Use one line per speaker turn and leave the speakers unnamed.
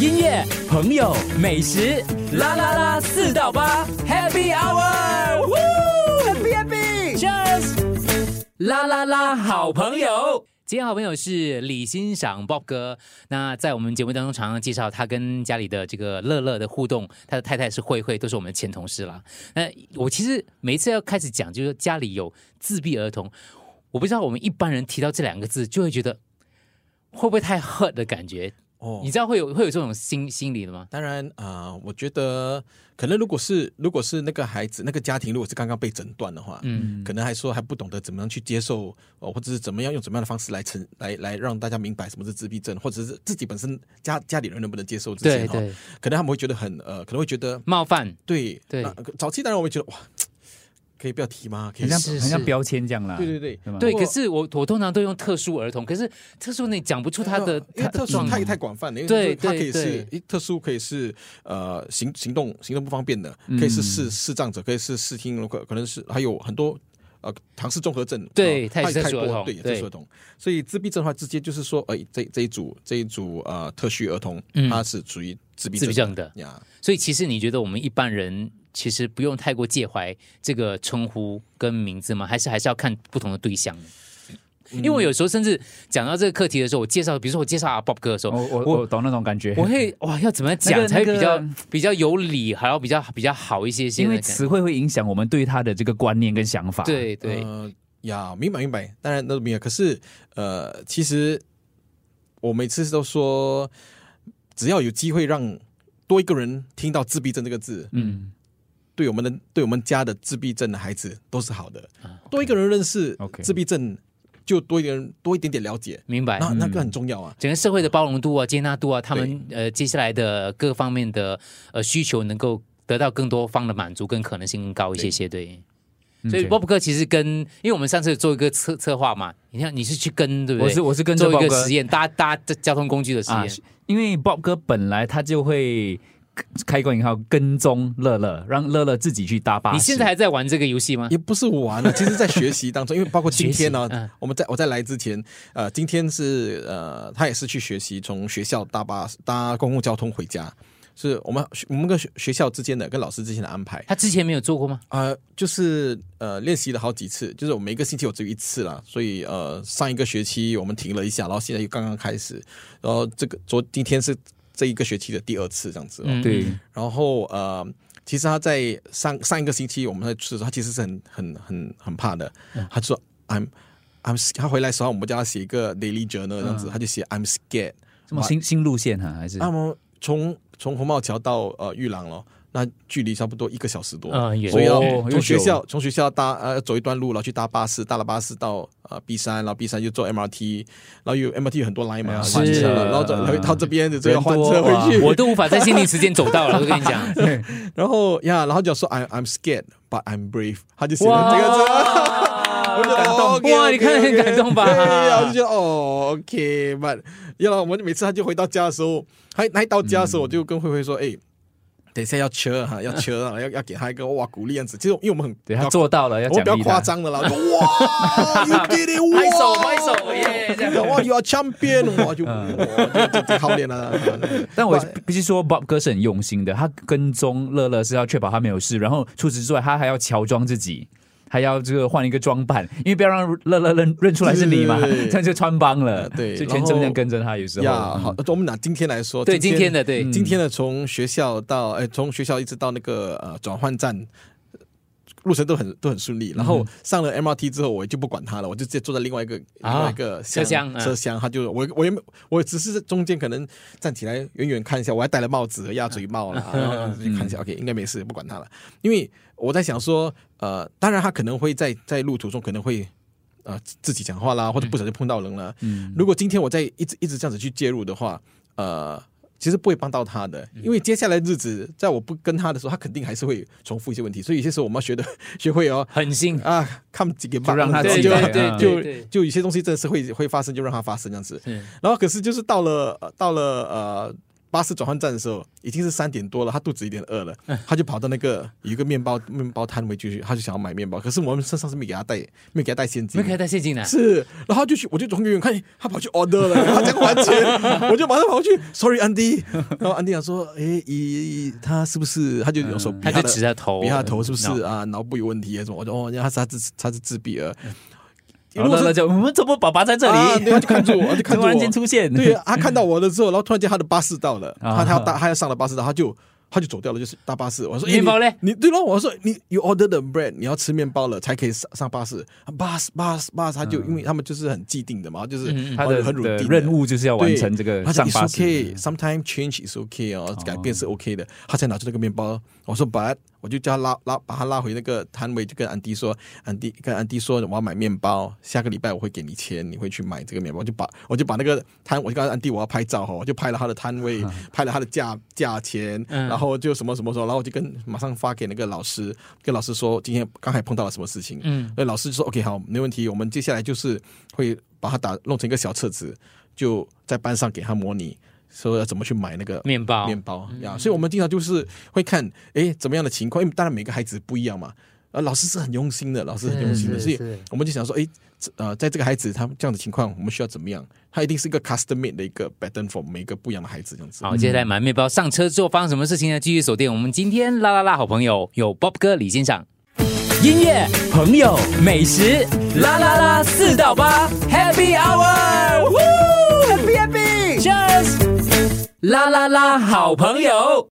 音乐、朋友、美食，啦啦啦，四到八，Happy Hour，Happy Happy，Cheers，啦啦啦，好朋友。今天好朋友是李欣赏 Bob 哥。那在我们节目当中常常介绍他跟家里的这个乐乐的互动，他的太太是慧慧，都是我们的前同事啦。那我其实每一次要开始讲，就是家里有自闭儿童，我不知道我们一般人提到这两个字，就会觉得会不会太 hurt 的感觉？
哦
你知道会有会有这种心心理的吗？
当然啊、呃我觉得可能如果是如果是那个孩子那个家庭，如果是刚刚被诊断的话，
嗯，
可能还说还不懂得怎么样去接受哦，或者是怎么样用怎么样的方式来呈来来让大家明白什么是自闭症，或者是自己本身家家里人能不能接受之
对
前哈、
对，
可能他们会觉得很呃，可能会觉得
冒犯，
对
对
那呃早期当然我会觉得哇，可以不要提吗？可
很
以
像
是
很
是
像标签这样啦。
对对对。
对吗
对。
不
可
过
是我我通常都用特殊儿童，可是特殊你讲不出他的
因为
他
特
的
殊
状
太
态，
太广泛了，因
对
为它可以
对
是一特殊可以是呃行行动行动不方便的，可
嗯
以是视视障者，可以是视听，可可能是还有很多。呃，唐氏综合症，
对
啊
它也是
太
特殊儿
多
童
对，也
对
特殊儿童。所以自闭症的话，直接就是说，哎，这这一组这一组呃特需儿童，
嗯
他是属于自闭
自
症
闭症的。
呀。
所以其实你觉得我们一般人其实不用太过介怀这个称呼跟名字吗？还是还是要看不同的对象呢？
嗯
因为我有时候甚至讲到这个课题的时候，我介绍，比如说我介绍阿 Bob 哥的时候，
哦
我我
我
我懂那种感觉，
我会哇要怎么
那
讲
个
才会比
那个
较比较有理，还要比较比较好一些些
因
的
为
感觉？
词汇会影响我们对他的这个观念跟想法。，
对对，
呃呀，明白明白，当然那都明白。可是呃，其实我每次都说，只要有机会让多一个人听到自闭症这个字，
嗯
对我们的对我们家的自闭症的孩子都是好的。多一个人认识
啊 OK 哎
自闭症，就多一个人多一点点了解，
明白。
那那
嗯
个很重要啊。
整个社会的包容度啊、接纳度啊，他们呃接下来的各方面的呃需求能够得到更多方的满足，跟可能性更高一些些，对。所以
OK
Bob 哥其实跟，因为我们上次做一个策策划嘛，你看你是去跟对不对？
我是我是跟着
做一
Bob
个
哥
实验，搭搭这交通工具的实验，
啊，因为 Bob 哥本来他就会开关引号跟踪乐乐，让乐乐自己去搭巴士。
你现在还在玩这个游戏吗？
也不是玩了，其实在学习当中，因为包括今天呢、
学习嗯
我们在我在来之前，呃，今天是呃，他也是去学习，从学校搭巴搭公共交通回家，是我们我们跟学学校之间的跟老师之间的安排。
他之前没有做过吗？
啊，就是呃练习了好几次，就是我每个星期我只有一次啦，所以呃上一个学期我们停了一下，然后现在又刚刚开始，然后这个昨今天是这一个学期的第二次这样子、哦，
嗯
对，
然后呃其实他在上上一个星期我们在吃的时候，他其实是很很很很怕的，
嗯
他就说 I'm I'm sc-" 他回来的时候我们叫他写一个 daily journal 这样子，
嗯
他就写 I'm scared，
什么新新路线啊哈、还是
啊
那么从从红帽桥到呃玉郎咯，那距离差不多一个小时多，
嗯也
所以要
哦又
从学
久
校从学校搭呃走一段路，然后去搭巴士，搭了巴士到呃 B 山，然后 B 山又坐 MRT，然后有 MRT 有很多 line 嘛，
哎是
换车，然后然
嗯
后到这边就要换
人
车
多啊
回去，
嗯我都无法在限定时间走到了，我跟你讲，
然后呀，然后就说 I'm I'm scared but I'm brave，他就写了这个字。
哇
我就觉得哦，OK，OK，OK，
哇，你看得很感动吧？
对呀，我就觉得哦，OK，but，要了，我们每次他就回到家的时候，还还到家的时
嗯
候，我就跟慧慧说，哎，等一下要车 哈，要车啊，要要给他一个哇鼓励样子。其实因为我们很
对他做到了，要
我们
奖
比较
励
夸
他。
张的啦，我说 哇，You did it，哇
啊拍手拍手耶这样嗯
哇，You are champion，哇就哇就就就好脸啊 了。
但我必须说，Bob 哥是很用心的，他跟踪乐乐是要确保他没有事，然后除此之外，他还要乔装自己。还要这个换一个装扮，因为不要让乐乐认认出来是你嘛，
对对对对
这样就穿帮了。
呃对
就全程这样跟着他，有时候。
呀，好，我们拿今天来说，
嗯对，今天的对，
今天呢，从学校到哎，从学校一直到那个呃转换站，路程都很都很
嗯
顺利。然后上了 MRT 之后，我就不管它了，我就直接坐在另外一个、
啊
另外一个
车厢嗯
车厢，他就我我也没我只是中间可能站起来远远看一下，我还戴了帽子、鸭嘴帽 啦，
嗯
然后就看一下，OK，应该没事，不管它了。因为我在想说，呃，当然他可能会在在路途中可能会。呃，自己讲话啦，或者不小心碰到人了。嗯，如果今天我在一直一直这样子去介入的话，呃，其实不会帮到他的，
嗯
因为接下来日子，在我不跟他的时候，他肯定还是会重复一些问题。所以有些时候我们要学的 学会哦，
狠心，
啊，看几个吧，
就让他
对
自己
就
来啊
就
对对
就有些东西真的是会会发生，就让它发生这样子。
是
然后可是就是到了呃到了呃巴士转换站的时候，已经是三点多了，他肚子有点饿了，他就跑到那个有一个面包面包摊位就去，他就想要买面包，可是我们身上是没给他带，没给他带现金
没，可以带现
啊
金的，
是，然后他就去，我就从远远看，诶他跑去 order 了，他讲还钱，我就马上跑去，sorry 安迪， 然后安迪想说，诶，咦，他是不是他就用手比
他就
的
指他头，
比他的头是不是
嗯？
啊脑部有问题啊什么？我就哦，他是他自他是自闭儿，
然后乐乐就我们怎么爸爸在这
啊
里？
对他就看 住我，他就看住
突
我
然，间出现，
对，他看到我了之后，然后突然间他的巴士到了，
啊
他他要搭他要上了巴士，然后他就。他就走掉了，就是搭巴士。我说：“诶哎
面包
你
嘞
你对了，我说你 you order the bread，你要吃面包了才可以上上巴士。巴士巴士巴士，他就、因为他们就是很既定的嘛，就是
嗯嗯嗯
他
很
的
很 routine 的
的任务就是要完成这个
他讲 is
上巴士。
OK，sometime change is OK 哦，改变是 OK 的。他才拿出那个面包，我说 but，我就叫他拉拉把他拉回那个摊位，就跟安迪说，安迪跟安迪说我要买面包，下个礼拜我会给你钱，你会去买这个面包。我就把我就把那个摊，我就告诉安迪我要拍照哦哈，我就拍了他的摊位，
嗯
拍了他的价价钱，
嗯
然后就什么什么时候，然后我就跟马上发给那个老师，跟老师说今天刚才碰到了什么事情，
嗯，
那老师就说 OK 好，没问题，我们接下来就是会把它打弄成一个小册子，就在班上给他模拟，说要怎么去买那个
面包，
面包呀。所以我们经常就是会看，诶怎么样的情况，因为当然每个孩子不一样嘛。呃，老师是很用心的，老师很用心的，
是
所以
是
我们就想说，诶，这呃，在这个孩子他这样的情况，我们需要怎么样？他一定是一个 custom made 的一个 pattern for 每一个不一样的孩子这样子。
好，接下来买面包上车之后发生什么事情呢？继续锁定我们今天啦啦啦好朋友有 Bob 哥李先生。
音乐、朋友、美食，啦啦啦，四到八，Happy Hour，Happy Happy，Cheers，啦啦啦，好朋友。